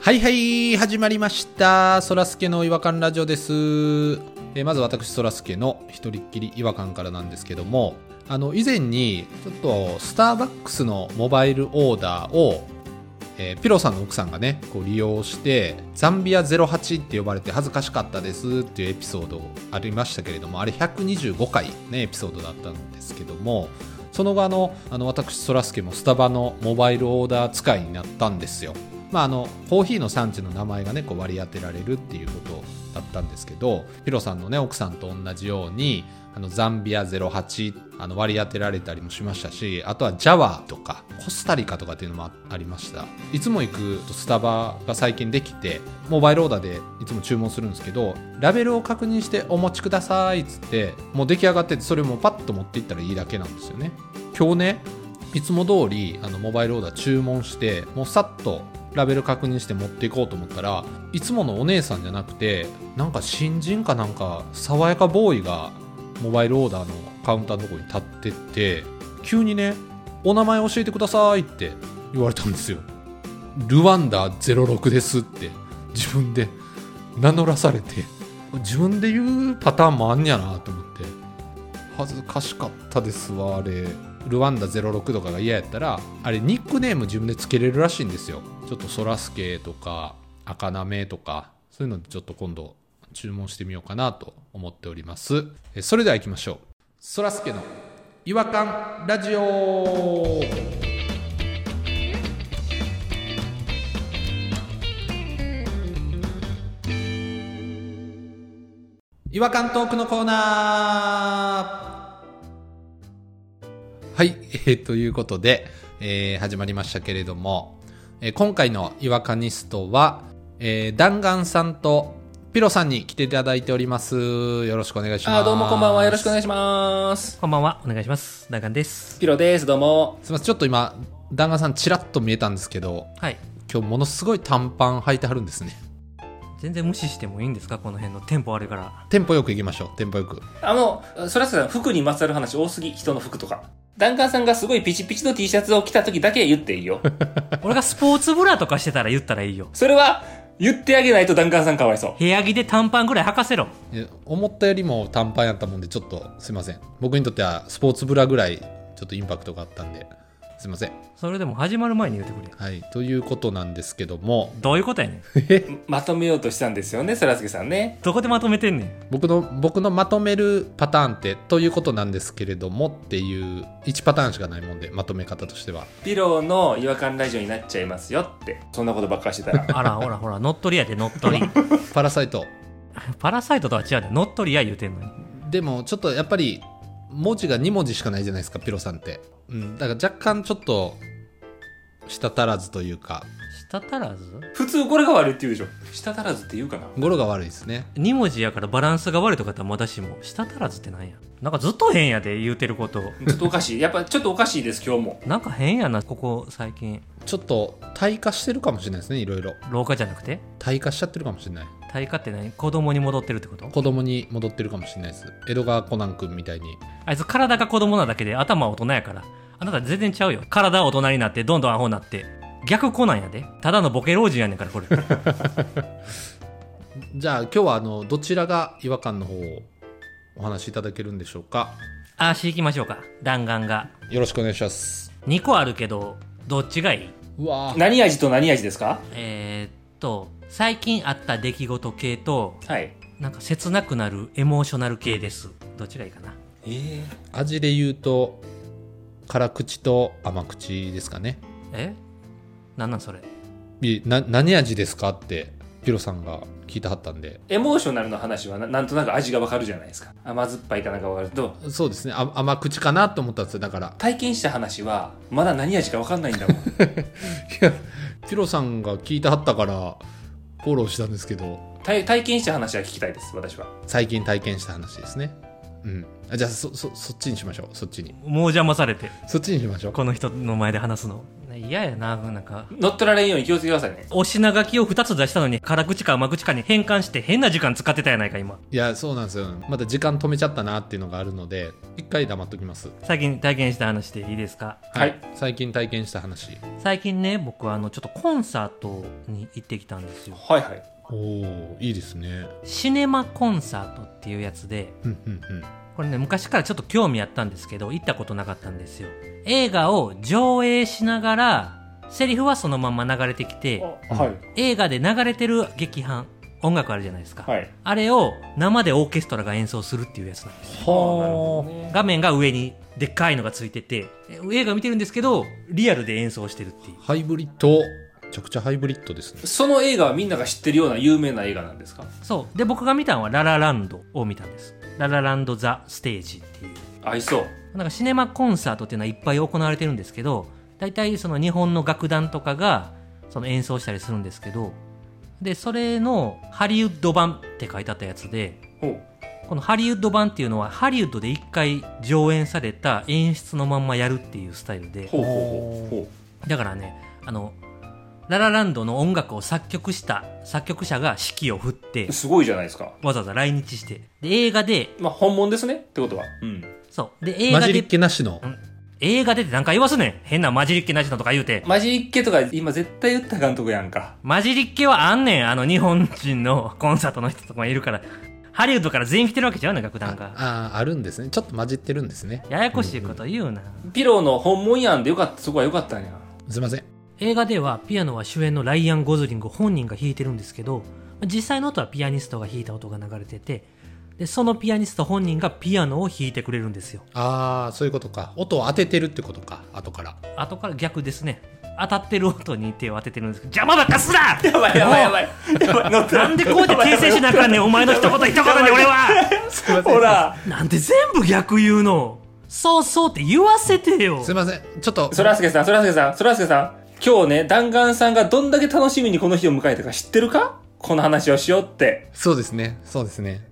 はいはい、始まりました。そらすけの違和感ラジオです。えーまず私、そらすけの一人っきり違和感からなんですけども、あの、以前に、ちょっと、スターバックスのモバイルオーダーを、えーピロさんの奥さんがね、こう利用して、ザンビア08って呼ばれて恥ずかしかったですっていうエピソードありましたけれども、あれ125回ね、エピソードだったんですけども、その後あの、あの私、そらすけもスタバのモバイルオーダー使いになったんですよ。まあ、あのコーヒーの産地の名前がねこう割り当てられるっていうことだったんですけどヒロさんのね奥さんと同じようにあのザンビア08あの割り当てられたりもしましたしあとはジャワとかコスタリカとかっていうのもあありましたいつも行くスタバが最近できてモバイルオーダーでいつも注文するんですけどラベルを確認してお持ちくださいっつってもう出来上がっててそれをもうパッと持っていったらいいだけなんですよね今日ねいつも通りあのモバイルオーダー注文してもうさっとラベル確認して持っていこうと思ったらいつものお姉さんじゃなくてなんか新人かなんか爽やかボーイがモバイルオーダーのカウンターのとこに立ってって急にね「お名前教えてください」って言われたんですよ。ルワンダ06ですって自分で名乗らされて自分で言うパターンもあんねやなと思って恥ずかしかったですわあれルワンダ06とかが嫌やったらあれニックネーム自分でつけれるらしいんですよちょっとそらすけとか赤なめとかそういうのでちょっと今度注文してみようかなと思っておりますえそれでは行きましょうそらすけの違和感ラジオ違和感トークのコーナーはい、えーということで、えー始まりましたけれども、えー今回の違和感ニストは、えー、弾丸さんとピロさんに来ていただいております。よろしくお願いします。あーどうもこんばんはよろしくお願いしますこんばんは、お願いします。ダガンです。ピロですどうもすみません、ちょっと今、弾丸さんちらっと見えたんですけど、はい。今日ものすごい短パン履いてはるんですね。全然無視してもいいんですかこの辺のテンポ悪いから。テンポよく行きましょう、テンポよく。あのそらすけさん服にまつわる話多すぎ人の服とかダンカンさんがすごいピチピチの T シャツを着た時だけ言っていい よ俺がスポーツブラとかしてたら言ったらいいよ。それは言ってあげないとダンカンさんかわいそう部屋着で短パンぐらい履かせろ。え思ったよりも短パンやったもんで、ちょっとすみません。僕にとってはスポーツブラぐらい、ちょっとインパクトがあったんで、すみません。それでも始まる前に言うてくれよ。はい、ということなんですけども、どういうことやねん。まとめようとしたんですよねそらすけさんねどこでまとめてんねん。僕の僕のまとめるパターンってということなんですけれどもっていう1パターンしかないもんでまとめ方としてはピロの違和感ラジオになっちゃいますよってそんなことばっかりしてた らあら、ほらほら、乗っ取りやで、乗っ取り。パラサイトパラサイトとは違うで、乗っ取りや言うてんのに。でもちょっとやっぱり文字が2文字しかないじゃないですかピロさんって、うん、だから若干ちょっと舌足らずというかしたたらず普通これが悪いって言うでしょ舌足らずって言うかな語呂が悪いですね ?2 文字やからバランスが悪いとかやったらまだしも、したたらずってなんや。なんかずっと変やで、言うてること。ちょっとおかしいやっぱちょっとおかしいです今日もなんか変やな、ここ最近。ちょっと退化してるかもしれないですねいろいろ老化じゃなくて退化しちゃってるかもしれない退化って何子供に戻ってるってこと子供に戻ってるかもしれないです江戸川コナン君みたいにあいつ体が子供なだけで頭は大人やから。あなた全然ちゃうよ。体は大人になって、どんどんアホになって。逆コナンやで。ただのボケ老人やねんから、 これ。じゃあ今日はあのどちらが違和感の方をお話しいただけるんでしょうか足行きましょうか。弾丸が。よろしくお願いします2個あるけど、どっちがいいうわ何味と何味ですかえー、っと、最近あった出来事系と、はいなんか切なくなるエモーショナル系です。どっちがいいかな。えー、味で言うと辛口と甘口ですかねえなんなんそれ。いな何味ですかってピロさんが聞いてはったんでエモーショナルの話はななんとなく味がわかるじゃないですか甘酸っぱいかなんかわかるとそうですねあ甘口かなと思ったんですよだから体験した話はまだ何味かわかんないんだもんいやピロさんが聞いてはったからフォローしたんですけど 体体験した話は聞きたいです私は最近体験した話ですねうんあじゃあそそそっちにしましょうそっちにもう邪魔されて、そっちにしましょうこの人の前で話すの。い嫌やななんか乗っ取られんように気をつけてくださいね。お品書きを2つ出したのに辛口か甘口かに変換して変な時間使ってたやないか今いやそうなんですよまだ時間止めちゃったなっていうのがあるので一回黙っときます最近体験した話でいいですかはい。最近体験した話最近ね僕はあのちょっとコンサートに行ってきたんですよはいはい。おおいいですねシネマコンサートっていうやつでうんうんうんこれね昔からちょっと興味あったんですけど行ったことなかったんですよ映画を上映しながらセリフはそのまま流れてきてあはい。映画で流れてる劇伴音楽あるじゃないですか、はい。あれを生でオーケストラが演奏するっていうやつなんですは画面が上にでっかいのがついててえ映画見てるんですけどリアルで演奏してるっていうハイブリッドめちゃくちゃハイブリッドですねその映画はみんなが知ってるような有名な映画なんですかそうで僕が見たのは「ララランド」を見たんです「ララランド・ザ・ステージ」っていう合いそう。なんかシネマコンサートっていうのはいっぱい行われてるんですけど大体その日本の楽団とかがその演奏したりするんですけどでそれのハリウッド版って書いてあったやつでほうこのハリウッド版っていうのはハリウッドで一回上演された演出のまんまやるっていうスタイルでほうほうほうほだからねあのララランドの音楽を作曲した作曲者が指揮を振ってう。すごいじゃないですか。わざわざ来日してで映画でまあ本物ですねってことは。うん。そうで映混画じりっで気なしの映画でって何回言わすねん変な混じりっ気なしのとか言うてマジ一家とか今絶対言った監督やんか。混じりっ気はあんねんあの日本人のコンサートの人とかもいるからハリウッドから全員来てるわけちゃうねん楽団があああるんですねちょっと混じってるんですねややこしいこと言うな、ピローの本物やんでよかった、そこはよかったんや。すいません映画ではピアノは主演のライアン・ゴズリング本人が弾いてるんですけど実際の音はピアニストが弾いた音が流れててでそのピアニスト本人がピアノを弾いてくれるんですよああそういうことか音を当ててるってことか後から後から逆ですね当たってる音に手を当ててるんですけど邪魔ばっかすなやばいやばい やばい。やばい乗って なんでこうやって訂正しなあかんねんお前の一言一言で俺はすいまほら、なんで全部逆言うのそうそうって言わせてよすいませんちょっとそらすけさん、そらすけさん、そらすけさん。今日ね、弾丸さんがどんだけ楽しみにこの日を迎えたか知ってるかこの話をしようって。そうですねそうですね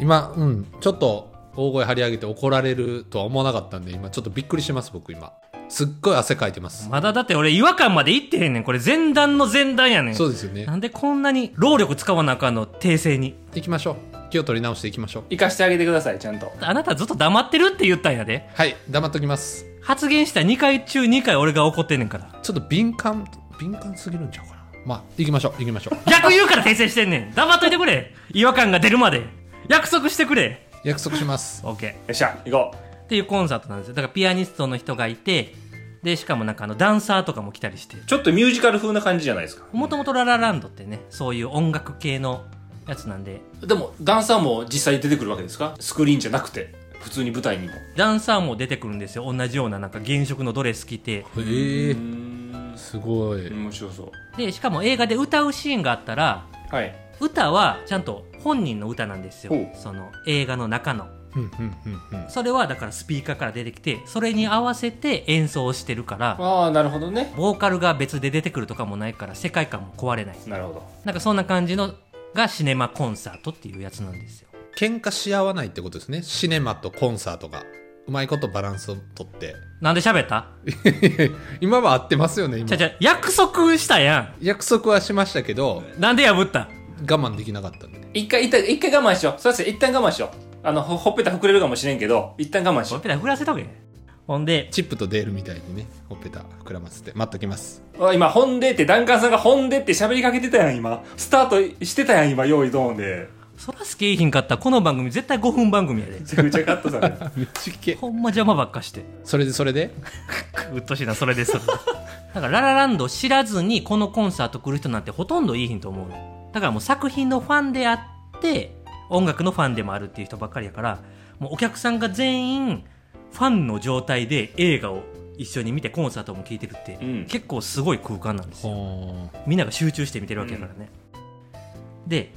今うんちょっと大声張り上げて怒られるとは思わなかったんで今ちょっとびっくりします僕今すっごい汗かいてますまだだって俺違和感までいってへんねんこれ前段の前段やねんそうですよねなんでこんなに労力使わなあかんの訂正に行きましょう気を取り直していきましょう生かしてあげてください、ちゃんと。あなたずっと黙ってるって言ったんやではい黙っときます発言した2回中2回俺が怒ってんねんからちょっと敏感敏感すぎるんちゃうかなまあ行きましょう行きましょう逆言うから訂正してんねん黙っといてくれ違和感が出るまで約束してくれ約束しますオッケーよっしゃ、行こう。っていうコンサートなんですよだからピアニストの人がいてでしかもなんかあのダンサーとかも来たりしてちょっとミュージカル風な感じじゃないですか。もともとララランドってねそういう音楽系のやつなんででも、ダンサーも実際出てくるわけですかスクリーンじゃなくて、普通に舞台にも。ダンサーも出てくるんですよ同じようななんか原色のドレス着てへえうーん。すごい面白そう。でしかも映画で歌うシーンがあったらはい。歌はちゃんと本人の歌なんですよほうその映画の中のうんうんうんうんそれはだからスピーカーから出てきてそれに合わせて演奏してるからああ、なるほどね。ボーカルが別で出てくるとかもないから世界観も壊れないなるほど。なんかそんな感じのがシネマコンサートっていうやつなんですよ喧嘩し合わないってことですねシネマとコンサートがうまいことバランスをとって なんで喋った今は合ってますよねじ今ゃじゃ約束したや約束はしましたけどんなんで破った我慢できなかったんでね一回、一回、一回我慢しよう。そうですね、一旦我慢しよう。あの、ほほっぺた膨れるかもしれんけど、一旦我慢しほよっぺた膨らせとけほんでチップとデールみたいにねほっぺた膨らませて待っときますう。あ今、ほんでって、ダンカンさんがほんでって喋りかけてたやん、今。スタートしてたやん、今、用意ドーンで。そらすけいひんかったらこの番組絶対5分番組やでめちゃくちゃカットされ る。めっちゃけほんま邪魔ばっかしてそれでそれでうっとうしいなそれです だからララランド知らずにこのコンサート来る人なんてほとんどいいひんと思うのだからもう作品のファンであって音楽のファンでもあるっていう人ばっかりやからもうお客さんが全員ファンの状態で映画を一緒に見てコンサートも聴いてるって、うん結構すごい空間なんですよほみんなが集中して見てるわけだからね、で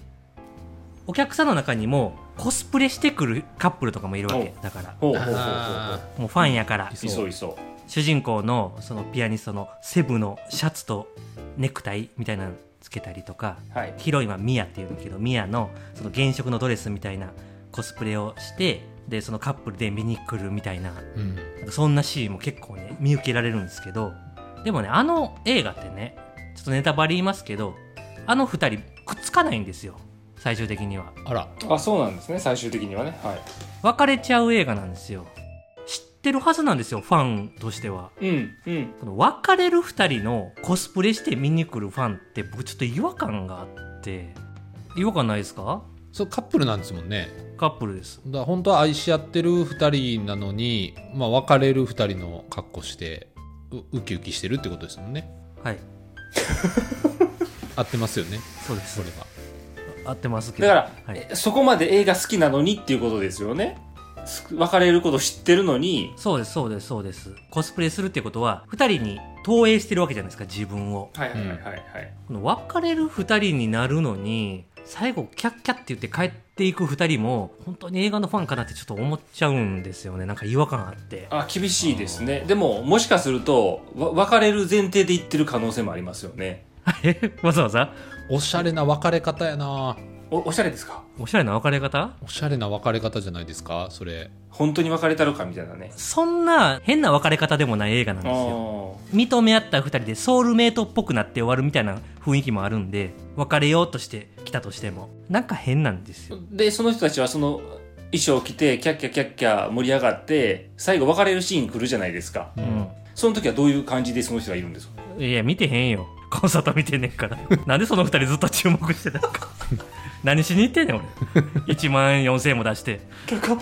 お客さんの中にもコスプレしてくるカップルとかもいるわけだからほうほーうほうほうあほもうファンやからーう。いそういそう。主人公のそのピアニストのセブのシャツとネクタイみたいなのつけたりとかはい。ヒロインはミヤっていうんだけどミヤのその原色のドレスみたいなコスプレをしてでそのカップルで見に来るみたいなーうんなんかそんなシーンも結構ね見受けられるんですけどでもねあの映画ってねちょっとネタバレ言いますけどあの2人くっつかないんですよ最終的にはあらあそうなんですね最終的にはねはい別れちゃう映画なんですよ知ってるはずなんですよファンとしてはうんうんこの別れる2人のコスプレして見に来るファンって僕ちょっと違和感があって違和感ないですかそうカップルなんですもんねカップルですだから本当は愛し合ってる2人なのに、まあ、別れる2人の格好してうウキウキしてるってことですもんねはい合ってますよねそうですそれは合ってますけだどから、はい、えそこまで映画好きなのにっていうことですよねす別れること知ってるのにそうですそうですそうですコスプレするってことは2人に投影してるわけじゃないですか自分をはいはいはいはい、この別れる2人になるのに最後キャッキャって言って帰っていく2人も本当に映画のファンかなってちょっと思っちゃうんですよねなんか違和感あってあ厳しいですねでももしかするとわ別れる前提で言ってる可能性もありますよねえ わざわざおしゃれな別れ方やなおおしゃれですかおしゃれな別れ方おしゃれな別れ方じゃないですかそれ本当に別れたのかみたいなねそんな変な別れ方でもない映画なんですよ認め合った2人でソウルメイトっぽくなって終わるみたいな雰囲気もあるんで別れようとしてきたとしてもなんか変なんですあよーでその人たちはその衣装を着てキャッキャキャッキャ盛り上がって最後別れるシーン来るじゃないですかううんその時はどういう感じでその人がいるんですかいや見てへんよコンサート見てんねんから なんでその2人ずっと注目してたのか 何しに行ってんねん俺1万4000円も出して高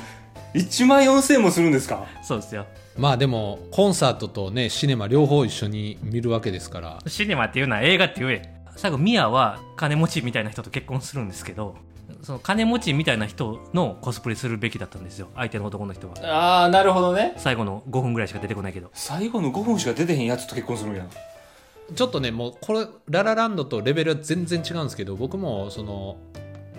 1万4000もするんですかそうですよまあでもコンサートとねシネマ両方一緒に見るわけですからシネマっていうのは映画って言え最後ミアは金持ちみたいな人と結婚するんですけどその金持ちみたいな人のコスプレするべきだったんですよ相手の男の人はああなるほどね最後の5分ぐらいしか出てこないけど最後の5分しか出てへんやつと結婚するんやちょっとねもうこれララランドとレベルは全然違うんですけど僕もその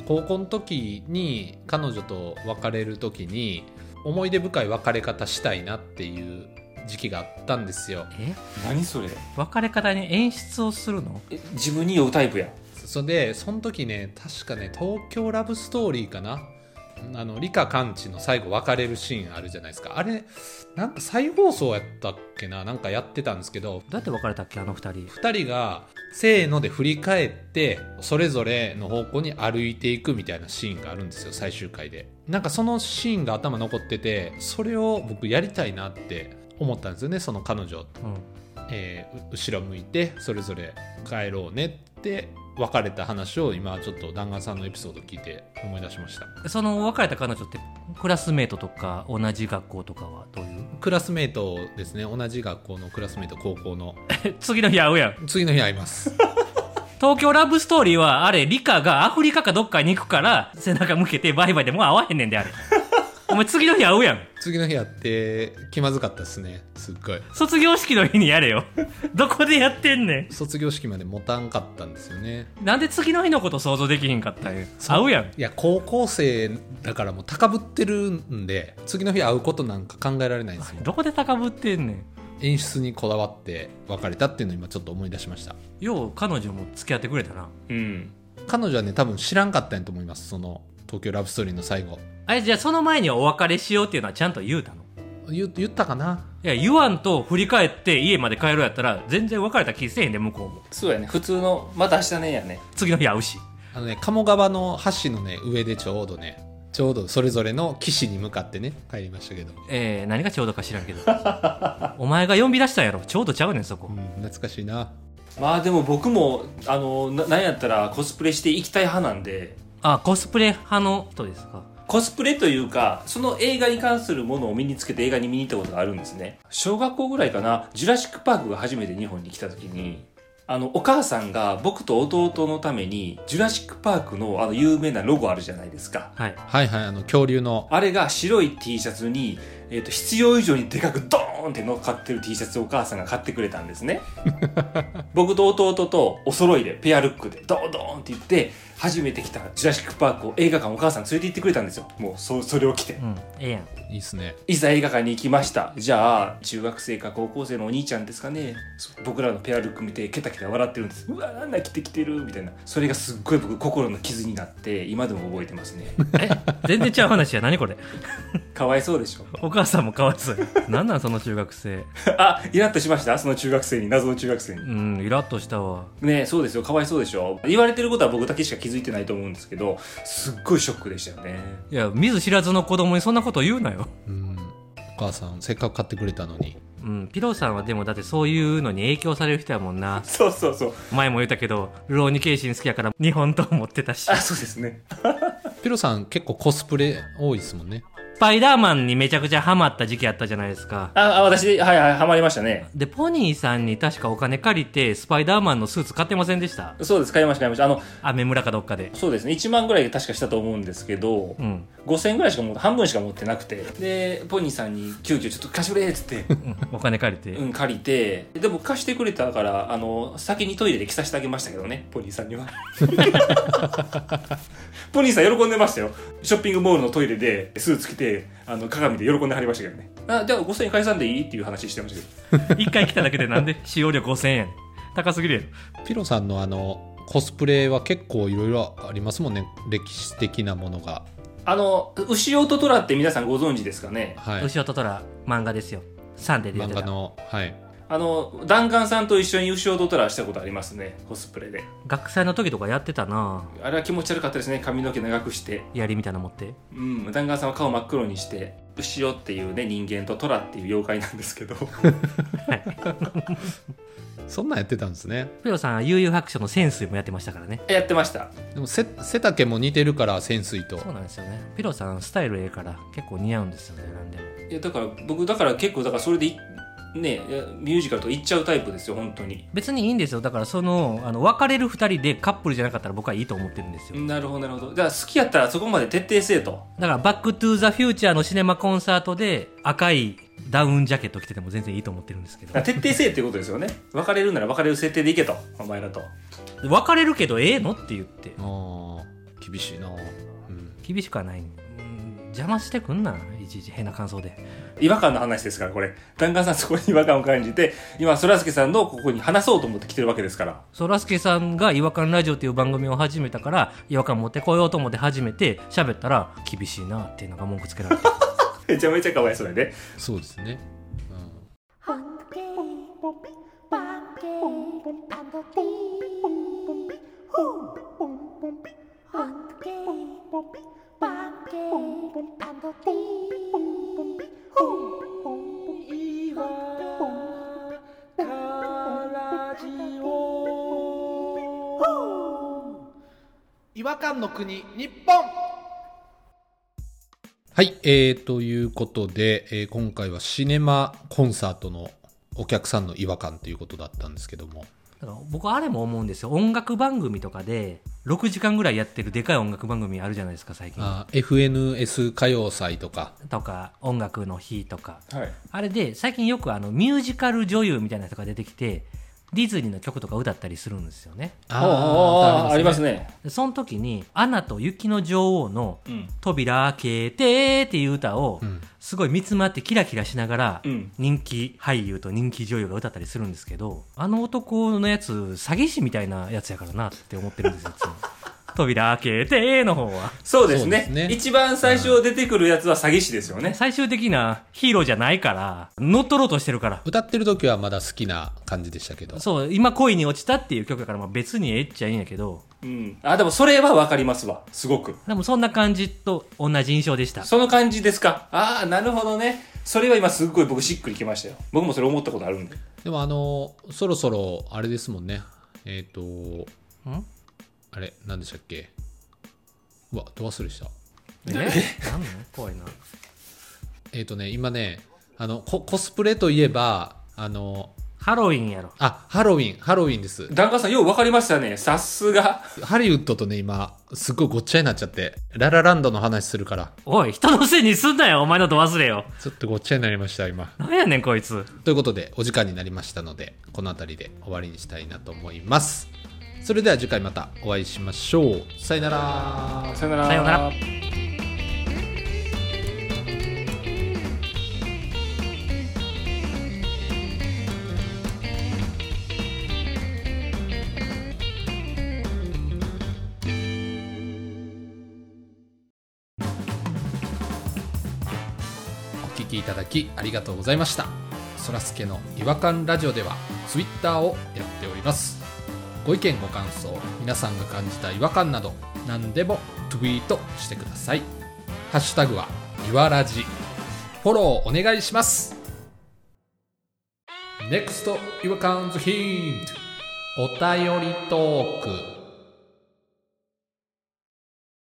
高校の時に彼女と別れる時に思い出深い別れ方したいなっていう時期があったんですよえ何それ別れ方に演出をするのえ自分に酔うタイプやそれでその時ね確かね「東京ラブストーリー」かなあの理科完治の最後別れるシーンあるじゃないですかあれなんか再放送やったっけななんかやってたんですけどどうやって別れたっけあの2人2人がせーので振り返ってそれぞれの方向に歩いていくみたいなシーンがあるんですよ最終回でなんかそのシーンが頭残っててそれを僕やりたいなって思ったんですよねその彼女、うえーう後ろ向いてそれぞれ帰ろうねって別れた話を今ちょっと弾丸さんのエピソード聞いて思い出しましたんその別れた彼女ってクラスメートとか同じ学校とかはどういうクラスメートですね同じ学校のクラスメート高校の次の日会うやん次の日会います東京ラブストーリーはあれ理科がアフリカかどっかに行くから背中向けてバイバイでもう会わへんねんであれお前次の日会うやん次の日会って気まずかったですねすっごい卒業式の日にやれよどこでやってんね卒業式まで持たんかったんですよねんなんで次の日のこと想像できひんかったんや会うやんいや高校生だからもう高ぶってるんで次の日会うことなんか考えられないんですよどこで高ぶってんねん演出にこだわって別れたっていうのを今ちょっと思い出しましたよう彼女も付き合ってくれたなうん彼女はね多分知らんかったんやと思いますその「東京ラブストーリー」の最後あれじゃあその前にはお別れしようっていうのはちゃんと言うたの言言ったかないや言わんと振り返って家まで帰ろうやったら全然別れた気せえへんで向こうもそうやね普通のまた明日ねやね次の日会うしあのね鴨川の橋のね上でちょうどねちょうどそれぞれの岸に向かってね帰りましたけど、えー、何がちょうどか知らん けどお前が呼び出したんやろちょうどちゃうねんそこうん、懐かしいなまあでも僕もあのななんやったらコスプレしていきたい派なんであコスプレ派の人ですかコスプレというかその映画に関するものを身につけて映画に見に行ったことがあるんですね小学校ぐらいかなジュラシック・パークが初めて日本に来た時にあのお母さんが僕と弟のためにジュラシック・パークのあの有名なロゴあるじゃないですかはいはいはいあの恐竜のあれが白い T シャツに、えー、と必要以上にでかくドーンって乗っかってる T シャツをお母さんが買ってくれたんですね僕と弟とお揃いでペアルックでドーンドーンって言って初めて来たジュラシック・パークを映画館お母さん連れて行ってくれたんですよもうそそれを着てうんええやんいいっすねいざ映画館に行きましたじゃあ中学生か高校生のお兄ちゃんですかねそう僕らのペアルック見てケタケタ笑ってるんですうわなんだ来て来てるみたいなそれがすっごい僕心の傷になって今でも覚えてますねえ全然違う話や何これかわいそうでしょお母さんもかわいそうやなんなんその中学生あイラッとしましたその中学生に謎の中学生にうんイラッとしたわねそうですよかわいそうでしょ言われてることは僕だけしか気づいてないと思うんですけどすっごいショックでしたよねいや見ず知らずの子供にそんなこと言うなようんお母さんせっかく買ってくれたのにうんピローさんはでもだってそういうのに影響される人やもんなそうそうそう前も言ったけどルローニケーシン好きやから日本刀持ってたしあそうですねピロさん結構コスプレ多いですもんねスパイダーマンにめちゃくちゃハマった時期あったじゃないですかああ私はいはいハマりましたねでポニーさんに確かお金借りてスパイダーマンのスーツ買ってませんでしたそうです買いました買いましたあのアメ村かどっかでそうですね1万ぐらい確かしたと思うんですけど、うん5000円ぐらいしかも半分しか持ってなくてでポニーさんに急遽ちょっと貸してくれっつって、 うんお金借りて、うん、借りてでも貸してくれたからあの先にトイレで着させてあげましたけどねポニーさん にはポニーさん喜んでましたよショッピングモールのトイレでスーツ着てあの鏡で喜んではりましたけどねあじゃあ5000円返さんでいいっていう話してましたけど一回来ただけでなん で使用料5000円高すぎるやろピロさんのあのコスプレは結構いろいろありますもんね歴史的なものがあの牛尾と虎って皆さんご存知ですかねはい牛尾と虎漫画ですよサンデーで出漫て画たのはいあの弾丸さんと一緒に牛尾と虎したことありますねコスプレで学祭の時とかやってたなあれは気持ち悪かったですね髪の毛長くして槍みたいなの持ってうん、弾丸さんは顔真っ黒にして牛尾っていうね人間と虎っていう妖怪なんですけど そんなんやってたんですねプロさんは悠々白書の潜水もやってましたからねやってましたでも背背丈も似てるから潜水とそうなんですよねピロさんスタイルええから結構似合うんですよね何でもいやだから僕だから結構だからそれでいねいやミュージカルとか行っちゃうタイプですよ本当に別にいいんですよだからそのあの別れる2人でカップルじゃなかったら僕はいいと思ってるんですよなるほどなるほどだから好きやったらそこまで徹底せえとだから「バック・トゥ・ザ・フューチャー」のシネマコンサートで赤いダウンジャケット着てても全然いいと思ってるんですけだ かどら徹底せえっていうことですよね別れるなら別れる設定でいけとお前らと別れるけどええのって言ってあー厳しいなうん厳しくはないうん邪魔してくんないちいち変な感想で違和感の話ですからこれ弾丸さんそこに違和感を感じて今そらすけさんのここに話そうと思って来てるわけですから そらすけさんが「違和感ラジオ」っていう番組を始めたから違和感持ってこようと思って始めて喋ったら厳しいなっていうのが文句つけられてめちゃめちゃかわいそうやねそうですね、うん、 Hungry, 違和感の国日本はい、えー、ということで、えー今回はシネマコンサートのお客さんの違和感ということだったんですけどもだから僕あれも思うんですよ音楽番組とかで6時間ぐらいやってるでかい音楽番組あるじゃないですか最近あー FNS 歌謡祭とかとか音楽の日とかはいあれで最近よくあのミュージカル女優みたいな人が出てきてディズニーの曲とか歌ったりするんですよねああありますねでその時に「アナと雪の女王」のうん「扉開けて」っていう歌をうんすごい見つまってキラキラしながらうん人気俳優と人気女優が歌ったりするんですけどあの男のやつ詐欺師みたいなやつやからなって思ってるんですよいつも扉開けての方はそうですそねうですね一番最初出てくるやつは詐欺師ですよね。最終的なヒーローじゃないから乗っ取ろうとしてるから歌ってる時はまだ好きな感じでしたけどそう今恋に落ちたっていう曲だからまあ別にええっちゃいいんやけどうん。あ、でもそれはわかりますわ。すごく。でもそんな感じと同じ印象でしたその感じですか。ああ、なるほどね。それは今すっごい僕しっくりきましたよ。僕もそれ思ったことあるんで。でもあのそろそろあれですもんねえっ、とんあれ何でしたっけうわど忘れしたえなんの怖いなえっ、とね今ねあのココスプレといえばあのハロウィンやろあハロウィンハロウィンですダンカさんようわかりましたね。さすが。ハリウッドとね、今、すっごいごっちゃになっちゃって、ララランドの話するから、おい人のせいにすんなよお前のと忘れよちょっとごっちゃになりました、今。なんやねんこいつということで、お時間になりましたので、この辺りで終わりにしたいなと思います。それでは次回またお会いしましょうさよならさよならさよならお聞きいただきありがとうございましたそらすけの違和感ラジオではツイッターをやっておりますご意見ご感想皆さんが感じた違和感など何でもツイートしてくださいハッシュタグはいわらじフォローお願いします NEXT 違和感ズヒントお便りトーク